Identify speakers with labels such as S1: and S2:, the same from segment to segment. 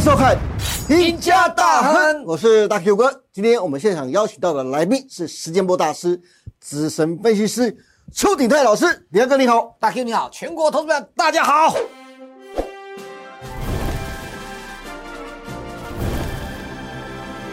S1: 收看《赢家大亨》，我是大 Q 哥。今天我们现场邀请到的来宾是时间波大师、资深分析师邱鼎泰老师。李大哥你好，
S2: 大 Q 你好，全国投资者大家好。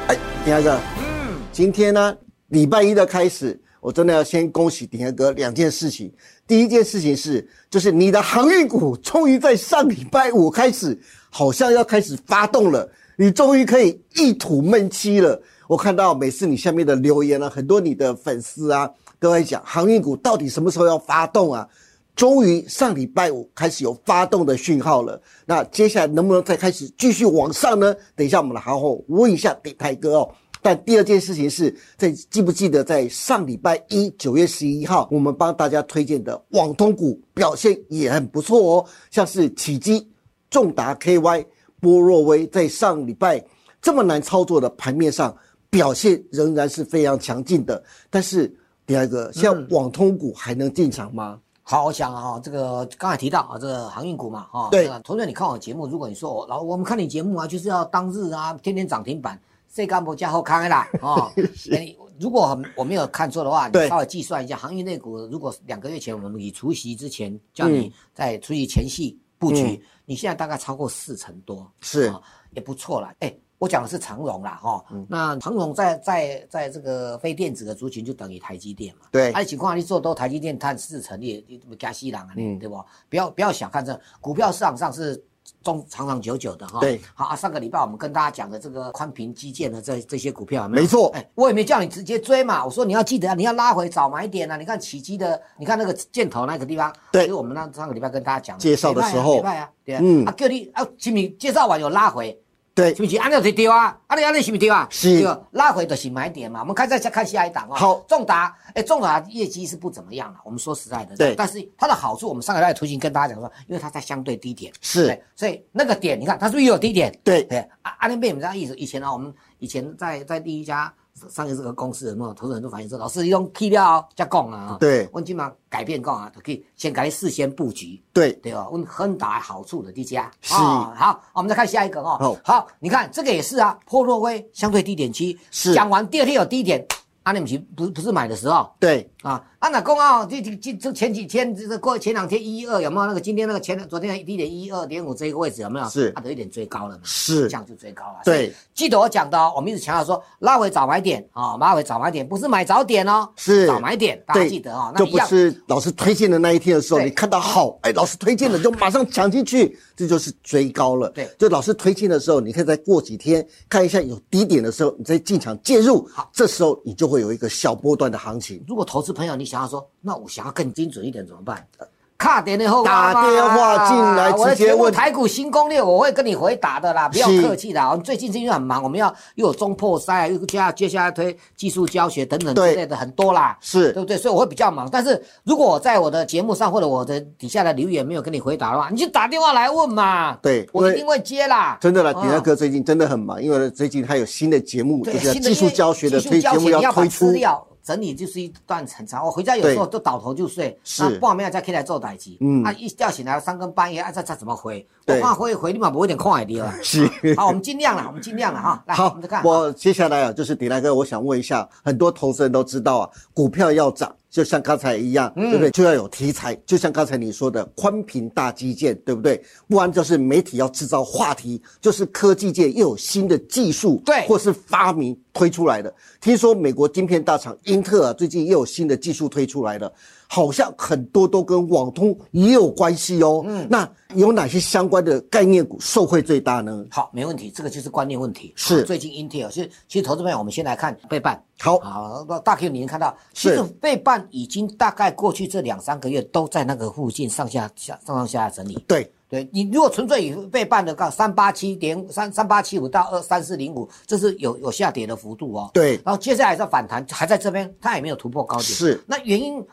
S1: 哎，鼎泰哥，嗯，今天呢，礼拜一的开始，我真的要先恭喜鼎泰哥两件事情。第一件事情是，就是你的航运股终于在上礼拜五开始，好像要开始发动了，你终于可以一吐闷气了。我看到每次你下面的留言啊，很多你的粉丝啊都在讲航运股到底什么时候要发动啊？终于上礼拜五开始有发动的讯号了。那接下来能不能再开始继续往上呢？等一下我们来好好问一下鼎泰哥哦。但第二件事情是在记不记得在上礼拜一九月十一号，我们帮大家推荐的网通股表现也很不错哦，像是启基、重达 KY、波若威，在上礼拜这么难操作的盘面上，表现仍然是非常强劲的。但是第二个，像网通股还能进场吗？
S2: 好，我想啊，这个刚才提到啊，这个航运股嘛，哈、啊，
S1: 对
S2: 这个同学你看我节目，如果你说我，然后我们看你节目啊，就是要当日啊，天天涨停板，这干部加后开啦， 啊，那你如果很我没有看错的话，
S1: 对
S2: 你稍微计算一下，航运类股，如果两个月前我们以除夕之前叫你在除夕前夕布局，
S1: 嗯
S2: 你现在大概超过四成多，
S1: 是
S2: 啊也不错啦，哎。我讲的是长荣啦，哈、
S1: 嗯
S2: 那长荣在在在这个非电子的族群就等于台积电嘛，
S1: 对
S2: 按情哎况你做多台积电探四成，你你加西朗啊，
S1: 嗯
S2: 你对不？不要不要小看这股票市场上是中长长久久的哈。
S1: 对，
S2: 好啊，上个礼拜我们跟大家讲的这个宽频基建的这这些股票有没有？
S1: 没错
S2: 哎，我也没叫你直接追嘛，我说你要记得啊，你要拉回早买点啊。你看起基的，你看那个箭头那个地方，
S1: 对
S2: 就是我们那上个礼拜跟大家讲
S1: 介绍的时候
S2: 礼拜啊，礼拜啊对啊，
S1: 嗯
S2: 啊叫你啊，清明介绍完有拉回。
S1: 对
S2: 是，不是？安尼就对啊，安尼安尼是不是对啊？
S1: 是
S2: 对啊拉回就是买点嘛。我们看再看下一档啊。
S1: 好，
S2: 重达，哎，重达业绩是不怎么样了。我们说实在的，
S1: 对
S2: 但是它的好处，我们上个礼拜图形跟大家讲说，因为它在相对低点，
S1: 是
S2: 对，所以那个点，你看它是不是也有低点？
S1: 对，
S2: 对，啊，安利被我们这样意思。以前呢、我们以前在在第一家上市这个公司有没有投资人都反映说，老师用去了才讲啊。
S1: 对
S2: 我今嘛改变讲啊，就可以先改事先布局。
S1: 对，
S2: 对哦，我们很大好处的，大家。
S1: 是
S2: 哦好，我们再看下一个哦。
S1: 好
S2: 好，你看这个也是啊，破若威相对低点区，
S1: 是
S2: 讲完第二天有低点，啊，你们去不不是买的时候
S1: 对，
S2: 啊？啊，那公啊，这这这这前几天这这过前两天一二有没有那个今天那个前昨天低点一二点五这个位置有没有？
S1: 是
S2: 啊，都有点追高了嘛。
S1: 是
S2: 这，样就最高了。
S1: 对
S2: 所以，记得我讲的、哦，我们一直强调说拉回早买点啊、哦，拉回早买点，不是买早点哦，
S1: 是
S2: 早买点，大家
S1: 对，
S2: 记得哦。那
S1: 就
S2: 一
S1: 不
S2: 样
S1: 是老师推荐的那一天的时候，
S2: 对啊
S1: 你看到好，哎，老师推荐的就马上抢进去，这就是追高了。
S2: 对
S1: 就老师推荐的时候，你可以再过几天看一下有低点的时候，你再进场介入
S2: 好，
S1: 这时候你就会有一个小波段的行情。
S2: 如果投资朋友你想要说，那我想要更精准一点怎么办？呃卡点以后
S1: 打电话进来
S2: 我的
S1: 直接
S2: 节目
S1: 问
S2: 台股新攻略，我会跟你回答的啦，不要
S1: 是
S2: 客气啦。我们最近是因为很忙，我们要又有中破塞啊，又接下接下来推技术教学等等
S1: 对
S2: 之类的很多啦，
S1: 是
S2: 对不对？所以我会比较忙。但是如果我在我的节目上或者我的底下的留言没有跟你回答的话，你就打电话来问嘛。
S1: 对
S2: 我
S1: 因
S2: 一
S1: 为
S2: 定会接啦。
S1: 真的啦，
S2: 啊
S1: 鼎泰哥最近真的很忙，因为最近他有新的节目，
S2: 对
S1: 就是
S2: 新的
S1: 技术教学的
S2: 技术
S1: 推
S2: 教
S1: 节
S2: 学
S1: 目
S2: 你要把
S1: 推
S2: 资
S1: 出。
S2: 料整理就是一段很长，我哦回家有时候都倒头就睡，
S1: 是
S2: 那半夜才起来做代志，
S1: 嗯
S2: 啊一觉醒来三更半夜，啊这这怎么回？我
S1: 对
S2: 看回回你嘛不会点看会到啊。
S1: 是。
S2: 好，我们尽量了，我们尽量了哈。来，我
S1: 好
S2: 们再看，。
S1: 我接下来啊，就是迪莱哥，我想问一下，很多投资人都知道啊，股票要涨，就像刚才一样，对
S2: 嗯
S1: 不对？就要有题材，就像刚才你说的宽频大基建，对不对？不然就是媒体要制造话题，就是科技界又有新的技术，
S2: 对
S1: 或是发明推出来的。听说美国晶片大厂英特尔最近又有新的技术推出来了，好像很多都跟网通也有关系哦。嗯，那有哪些相关的概念股受惠最大呢？
S2: 好，没问题，这个就是观念问题。
S1: 是
S2: 最近 Intel，其实其实投资朋友，我们先来看背半。
S1: 好
S2: 好，那大 Q 你能看到，其
S1: 是
S2: 实背半已经大概过去这两三个月都在那个附近上下下上上下下整理。
S1: 对，
S2: 对你如果纯粹以被办的告三八七点三三八七五到二三四零五，这是有有下跌的幅度哦。
S1: 对
S2: 然后接下来再反弹，还在这边，它也没有突破高点。
S1: 是
S2: 那原因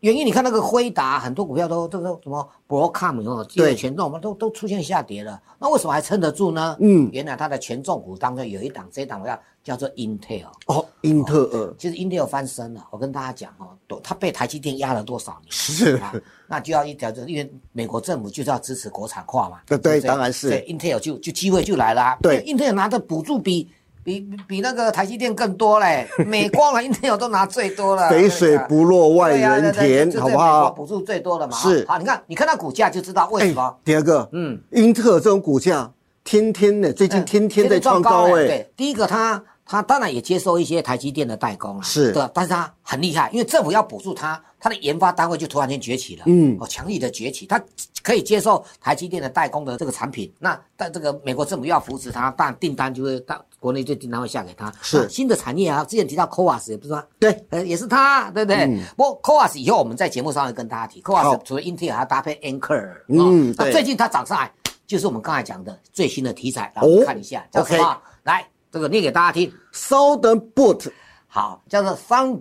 S2: 原因你看那个辉达，很多股票都这个什么 Broadcom 有没有？
S1: 对
S2: 权重嘛都都出现下跌了，那为什么还撑得住呢？
S1: 嗯
S2: 原来它的权重股当中有一档，这一档股票叫做 Intel。
S1: 哦，英特尔
S2: 其实 Intel 翻身了，我跟大家讲哦，都它被台积电压了多少年？
S1: 是
S2: 啊，那就要一条，因为美国政府就是要支持国产化嘛。
S1: 对对
S2: 不
S1: 当然是
S2: 所以 Intel 就就机会就来了、啊。
S1: 对
S2: 因为，Intel 拿的补助比比比比那个台积电更 多嘞，美光啊，Intel 都拿最多了。
S1: 肥水不落外
S2: 对啊
S1: 人
S2: 对啊
S1: 田
S2: 对，
S1: 好不
S2: 啊就在美国
S1: 好？
S2: 补助最多了嘛。啊
S1: 是哎
S2: 好，你看你看它股价就知道为什么。
S1: 第二个，
S2: 嗯，
S1: 英特尔这种股价天天呢，最近天天在创高
S2: 哎。
S1: 哎，
S2: 对，第一个它它当然也接受一些台积电的代工了，
S1: 是
S2: 对，但是它很厉害，因为政府要补助它，它的研发单位就突然间崛起了，
S1: 嗯
S2: 哦，强力的崛起，它可以接受台积电的代工的这个产品，那但这个美国政府要扶持它，当然订单就会到国内就订单会下给它，
S1: 是
S2: 那新的产业啊，之前提到 COAS 也不是吗？
S1: 对，
S2: 呃，也是他，对不对？不过 COAS 以后我们在节目上会跟大家提
S1: 嗯好
S2: ，COAS 除了 Intel 还要搭配 Anker，哦
S1: 嗯
S2: 那
S1: 对
S2: 最近它涨上来，就是我们刚才讲的最新的题材，来
S1: 哦
S2: 我们看一下叫什
S1: OK
S2: 么？来，这个念给大家听，
S1: Southern Boot
S2: 好，叫做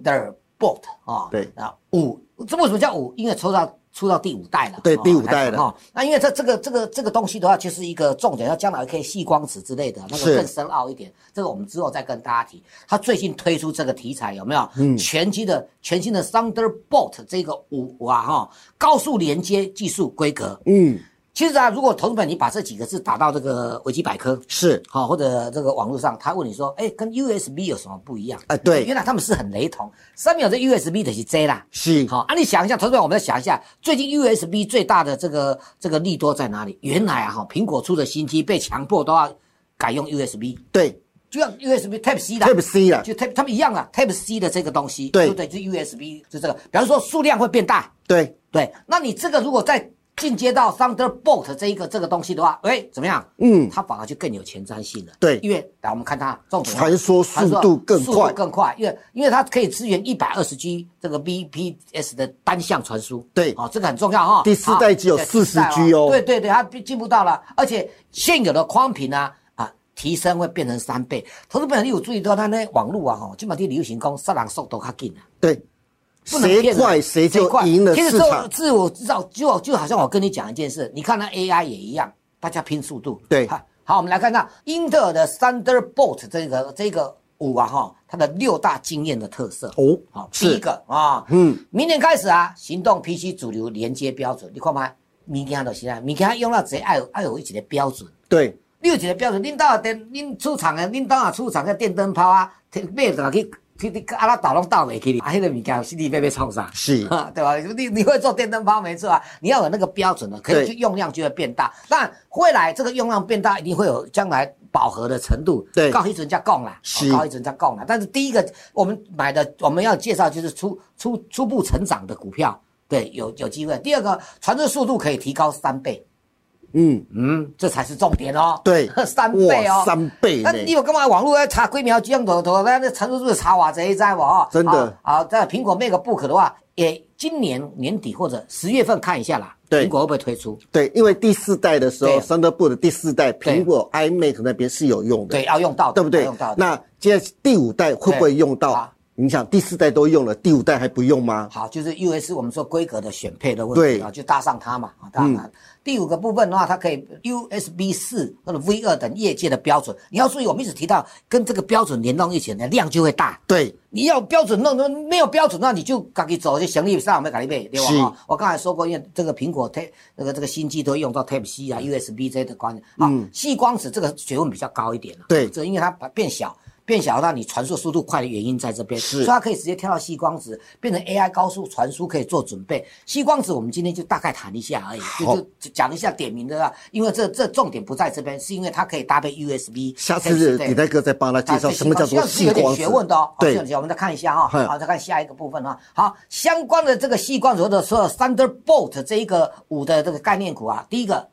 S2: Thunderbolt 啊，
S1: 对
S2: 啊，五，这为什么叫五？因为抽到出到第五代了，
S1: 对
S2: 哦
S1: 第五代了
S2: 哦。那因为这这个这个这个东西的话，就是一个重点，要将来可以细光子之类的，那
S1: 是
S2: 个更深奥一点。这个我们之后再跟大家提。他最近推出这个题材有没有？
S1: 嗯
S2: 全新的全新的 Thunderbolt 这个五啊哈、高速连接技术规格。
S1: 嗯，
S2: 其实啊，如果同志们你把这几个字打到这个维基百科，
S1: 是
S2: 好，或者这个网络上，他问你说，哎，跟 USB 有什么不一样？
S1: 哎对
S2: 原来他们是很雷同。上面有这 USB 的是 J 啦，
S1: 是
S2: 好，啊，你想一下，投资者，我们再想一下，最近 USB 最大的这个这个利多在哪里？原来啊，哈，苹果出的新机被强迫都要改用 USB，
S1: 对
S2: 就像 USB Type C 的。
S1: Type C 啦，
S2: 就 Type 他们一样啊，Type C 的这个东西，
S1: 对
S2: 对不对？就 USB 就这个，比方说数量会变大，
S1: 对，
S2: 对，那你这个如果再进阶到 Thunderbolt 这一个这个东西的话，哎，怎么样？
S1: 嗯
S2: 它反而就更有前瞻性了。
S1: 对
S2: 因为来我们看它重点
S1: 传输速度更快
S2: 速度更快，因为因为它可以支援一百二十 G 这个 BPS 的单向传输。
S1: 对
S2: 哦，这啊个很重要哈、
S1: 第四代只有
S2: 好对
S1: 40 G 哦
S2: 对对对，它进步到了，而且现有的宽频呢。啊，提升会变成三倍。投资朋友，你有注意到它那网络啊，吼，基本上流行讲杀人速度较紧啊。
S1: 对，
S2: 不能骗
S1: 谁
S2: 人
S1: 快谁就
S2: 快
S1: 赢了
S2: 其实
S1: 市
S2: 这
S1: 场，
S2: 自我知道，就就好像我跟你讲一件事，你看那 AI 也一样，大家拼速度。
S1: 对
S2: 好，好，我们来看看英特尔的 Thunderbolt 这个这个五啊哈，它的六大经验的特色。
S1: 哦
S2: 好，
S1: 是
S2: 第一个啊，
S1: 嗯
S2: 嗯，明年开始啊，行动 PC 主流连接标准，你看嘛，明天就是啊，明天用到这爱有爱有一个标准。
S1: 对，
S2: 你有一个标准，恁兜电，恁出厂的，恁兜啊出厂个电灯泡啊，摕买倒去去去去啊拉倒拢倒袂去哩，啊，迄、个物件是你要要创啥？
S1: 是
S2: 对吧？你你会做电灯泡没错啊，你要有那个标准的，可
S1: 对
S2: 以就用量就会变大。但未来这个用量变大，一定会有将来饱和的程度。
S1: 对
S2: 高一准加供啦，哦
S1: 是
S2: 高一准加供啦。但是第一个我们买的我们要介绍就是初初初步成长的股票，对，有有机会。第二个，传输速度可以提高三倍。
S1: 嗯，
S2: 嗯，这才是重点哦。
S1: 对
S2: 三倍哦
S1: 哇，三倍
S2: 那
S1: 呢
S2: 你有干嘛哎网络要查几秒钟头头？那那陈述是查哇这一灾哇哦。
S1: 真的
S2: 好。好，在苹果 MacBook 的话，也今年年底或者十月份看一下啦。
S1: 对
S2: 苹果会不会推出？
S1: 对，因为第四代的时候
S2: 对
S1: ，Thunderbolt 的第四代，
S2: 对
S1: 苹果 iMac 那边是有用的，
S2: 对，要用到的，
S1: 对不对
S2: 要用到？的。
S1: 那接下来第五代会不会用
S2: 对
S1: 到
S2: 好？
S1: 你想第四代都用了，第五代还不用吗？
S2: 好，就是 US 我们说规格的选配的问
S1: 对嗯
S2: 题啊，就搭上它嘛，啊，搭上它。第五个部分的话，它可以 USB 四或者 V 二等业界的标准。你要注意，我们一直提到跟这个标准联动一起，呢量就会大。
S1: 对，
S2: 你要有标准弄，那没有标准，那你就赶紧走，就行李上没赶紧背，对吧？
S1: 是
S2: 哈我刚才说过，因为这个苹果 Type 那个这个新机都用到 Type C 啊、USB
S1: 嗯
S2: 这些的观念啊，细光子这个学问比较高一点了、
S1: 对
S2: 这因为它把变小。变小，让你传输速度快的原因在这边，
S1: 是
S2: 所以它可以直接跳到细光子，变成 AI 高速传输，可以做准备。细光子我们今天就大概谈一下而已，
S1: 好
S2: 就就讲一下点名的啦，因为这这重点不在这边，是因为它可以搭配 USB。
S1: 下次
S2: 对
S1: 李代哥再帮他介
S2: 啊
S1: 绍什么叫做
S2: 是
S1: 细
S2: 有
S1: 光
S2: 点
S1: 子
S2: 学问的哦。好是有
S1: 对
S2: 点，学问我们再看一下哈、
S1: 嗯
S2: 好，再看下一个部分啊。好，相关的这个细光子或者说 Thunderbolt 这一个五的这个概念股啊，第一个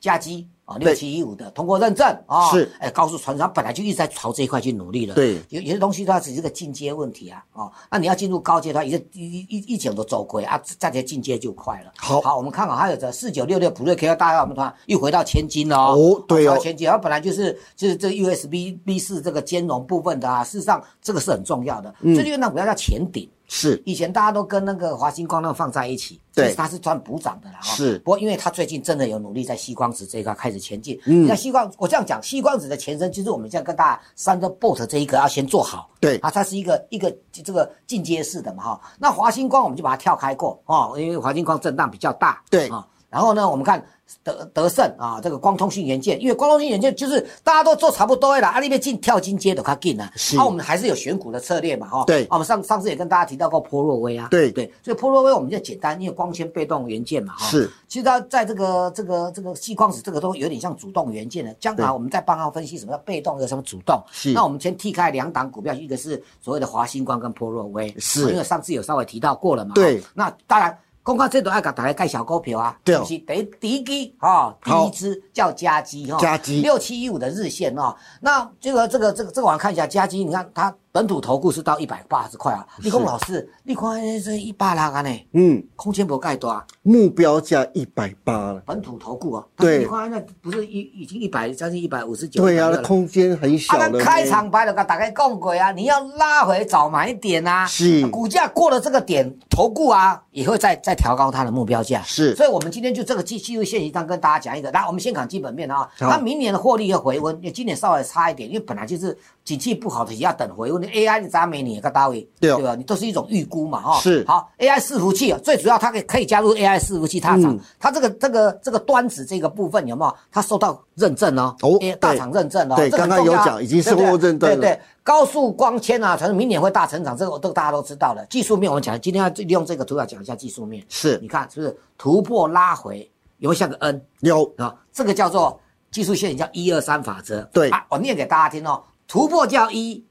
S2: 加基啊，
S1: 对
S2: 六七一五的通过认证啊，
S1: 是
S2: 哎，高速船长本来就一直在朝这一块去努力了。
S1: 对
S2: 有有些东西它只是个进阶问题啊，哦，那你要进入高阶的话，一个一一一整都走轨啊，再接进阶就快了。
S1: 好
S2: 好，我们看好还有这四九六六普瑞 K 二大家我们团又回到千金了哦，
S1: 哦对哦
S2: 回到千金，它本来就是就是这
S1: 嗯
S2: USB B 四这个兼容部分的啊，事实上这个是很重要的。最近那股票叫前顶，
S1: 是
S2: 以前大家都跟那个华星光那个放在一起，
S1: 对
S2: 其实它是算补涨的啦。哈
S1: 是
S2: 不过因为它最近真的有努力在细光子这一块开始前进。嗯，那细光，我这样讲，细光子的前身就是我们现在跟大家三个 bot 这一个要先做好。
S1: 对
S2: 啊，它是一个一个这个进阶式的嘛哈。那华星光我们就把它跳开过哦，因为华星光震荡比较大。
S1: 对
S2: 啊。然后呢，我们看德德胜啊，这个光通讯元件，因为光通讯元件就是大家都做差不多的啦，啊那边进跳进阶的它进了，
S1: 是
S2: 啊我们还是有选股的策略嘛，哈，
S1: 对
S2: 啊我们上上次也跟大家提到过波若威啊，
S1: 对
S2: 对，所以波若威我们就简单，因为光纤被动元件嘛，哈，
S1: 是，
S2: 其实它在这个这个这个细光子这个都有点像主动元件的，将来我们再帮他分析什么叫被动，有什么主动，
S1: 是
S2: 那我们先剔开两档股票，一个是所谓的华星光跟波若威，
S1: 是
S2: 啊因为上次有稍微提到过了嘛，
S1: 对
S2: 哈，那当然。公告这都爱给大家盖小股票啊，
S1: 对哦
S2: 是不是第一第一支哈，第
S1: 好
S2: 一支叫加基哈，
S1: 嘉基
S2: 六七一五的日线哦，那这个这个这个这个，我看一下加基，你看它本土投顾是到一百八十块啊。立功老师，立功这一百六啊呢，
S1: 嗯，
S2: 空间不盖多啊，
S1: 目标价一百八了，
S2: 本土投顾啊，
S1: 对
S2: 立光那不是一已经一百将近一百五十九，
S1: 对呀、啊，空间很小
S2: 啊，
S1: 了
S2: 咱
S1: 呢。
S2: 开场白就跟大家讲过啊，你要拉回早买点啊。
S1: 是
S2: 股价过了这个点，投顾啊也会再再调高它的目标价。
S1: 是
S2: 所以我们今天就这个技技术现形上跟大家讲一个，来，我们先讲基本面啊。
S1: 好
S2: 它明年的获利要回温，也今年稍微差一点，因为本来就是景气不好的，也要等回温。你 AI 你砸没你也个大位，
S1: 对哦
S2: 吧？你都是一种预估嘛，哈。
S1: 是
S2: 好，AI 伺服器啊，最主要它可以可以加入 AI 伺服器大厂，
S1: 嗯
S2: 它这个这个这个端子这个部分有没有？它受到认证哦，
S1: 哦
S2: AI 大
S1: 对
S2: 厂认证哦。
S1: 对
S2: 这个很
S1: 刚刚
S2: 重要
S1: 有讲已经是
S2: 对不对
S1: 获认证
S2: 对
S1: 了
S2: 对，高速光纤啊，反正明年会大成长，这个这个大家都知道了。技术面我们讲，今天要利用这个图表讲一下技术面。
S1: 是
S2: 你看是不是突破拉回，有没有像个 N
S1: 有
S2: 啊？这个叫做技术陷阱，叫一二三法则。
S1: 对
S2: 啊，我念给大家听哦，突破叫一，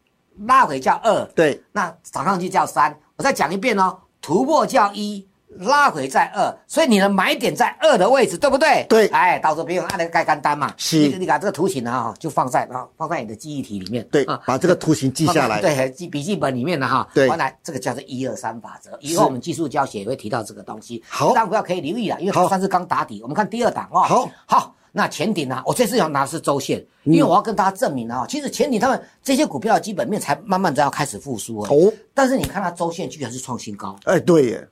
S2: 拉回叫二，
S1: 对
S2: 那涨上去叫三。我再讲一遍哦，突破叫一，拉回在二，所以你的买点在二的位置，对不对？
S1: 对
S2: 哎，到时候别人按那个盖干单嘛，
S1: 是
S2: 你你把这个图形啊，就放在啊放在你的记忆体里面，
S1: 对
S2: 啊，
S1: 把这个图形记下来。
S2: 对，记笔记本里面的哈。
S1: 对
S2: 完了这个叫做一二三法则，以
S1: 是
S2: 后我们技术教学也会提到这个东西。
S1: 好
S2: 这档股票可以留意了，因为它
S1: 好
S2: 算是刚打底。我们看第二档哦。
S1: 好，嗯
S2: 好，那前顶啊呢？我这次要拿的是周线，因为我要跟大家证明啊，其实前顶他们这些股票的基本面才慢慢的要开始复苏哦。
S1: 哦，
S2: 但是你看它周线居然是创新高，
S1: 哎，对耶，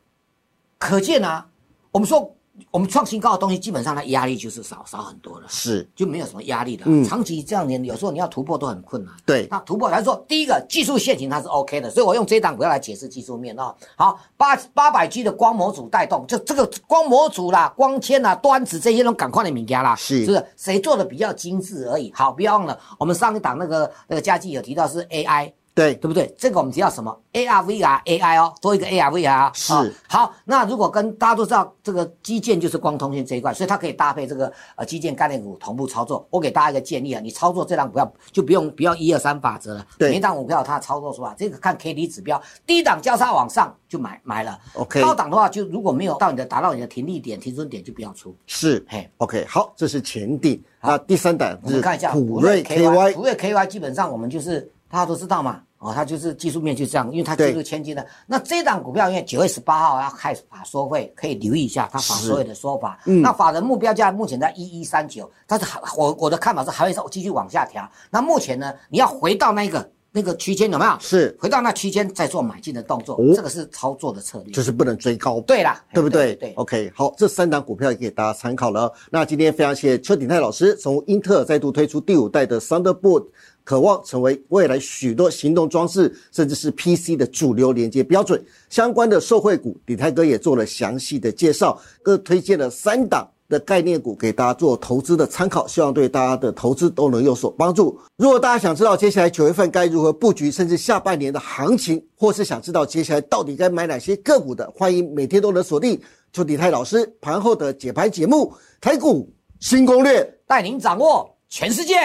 S2: 可见啊，我们说我们创新高的东西，基本上它压力就是少少很多了。
S1: 是
S2: 就没有什么压力的。
S1: 嗯
S2: 长期这样年，有时候你要突破都很困难。
S1: 对
S2: 那突破来说，第一个技术陷阱它是 OK 的，所以我用这一档股票来解释技术面哦。好，八八百 G 的光模组带动，就这个光模组啦、光纤啦、端子这些都赶快的米家啦，
S1: 是
S2: 不是谁做的比较精致而已。好，不要忘了，我们上一档那个那个佳绩有提到是 AI。
S1: 对
S2: 对不对？这个我们提到什么？AR、VR、AI 哦，多一个 AR、VR 哦
S1: 是
S2: 哦好，那如果跟大家都知道，这个基建就是光通讯这一块，所以它可以搭配这个呃基建概念股同步操作。我给大家一个建议啊，你操作这档股票就不用不要一二三法则了，
S1: 对
S2: 每一档股票它的操作手法，这个看 K D 指标，低档交叉往上就买买了
S1: OK
S2: 高档的话就如果没有到你的达到你的停利点、停损点就不要出。
S1: 是
S2: 嘿
S1: ，OK，好，这是前顶。那第三档
S2: 我
S1: 是
S2: 们看一下
S1: 普瑞 KY，
S2: 普瑞 KY 基本上我们就是大家都知道嘛，哦，它就是技术面就这样，因为它进入
S1: 对
S2: 千金的。那这档股票因为九月十八号要开始法说会，可以留意一下它法说会的说法。
S1: 嗯
S2: 那法人目标价目前在一一三九，但是还我我的看法是还会再继续往下调。那目前呢，你要回到那个那个区间有没有？
S1: 是
S2: 回到那区间再做买进的动作，
S1: 哦
S2: 这个是操作的策略。
S1: 就是不能追高，
S2: 对啦，哎
S1: 对不哎对？
S2: 对。
S1: OK，好，这三档股票也给大家参考了。哦那今天非常谢谢邱鼎泰老师，从英特尔再度推出第五代的 Thunderbolt，渴望成为未来许多行动装置甚至是 PC 的主流连接标准。相关的受惠股，鼎泰哥也做了详细的介绍，各推荐了三档。的概念股给大家做投资的参考，希望对大家的投资都能有所帮助。如果大家想知道接下来九月份该如何布局，甚至下半年的行情，或是想知道接下来到底该买哪些个股的，欢迎每天都能锁定邱鼎泰老师盘后的解盘节目《台股新攻略》。
S2: 带您掌握全世界。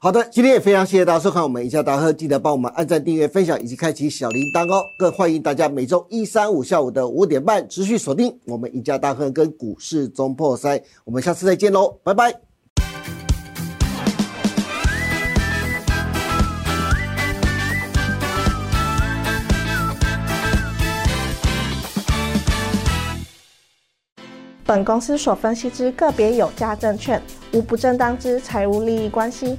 S1: 好的，今天也非常谢谢大家收看我们一下达赫，记得帮我们按赞、订阅、分享以及开启小铃铛哦。更欢迎大家每周一、三、五下午的五点半持续锁定我们一家大亨跟股市中破塞。我们下次再见喽，拜拜。
S3: 本公司所分析之个别有价证券，无不正当之财务利益关系。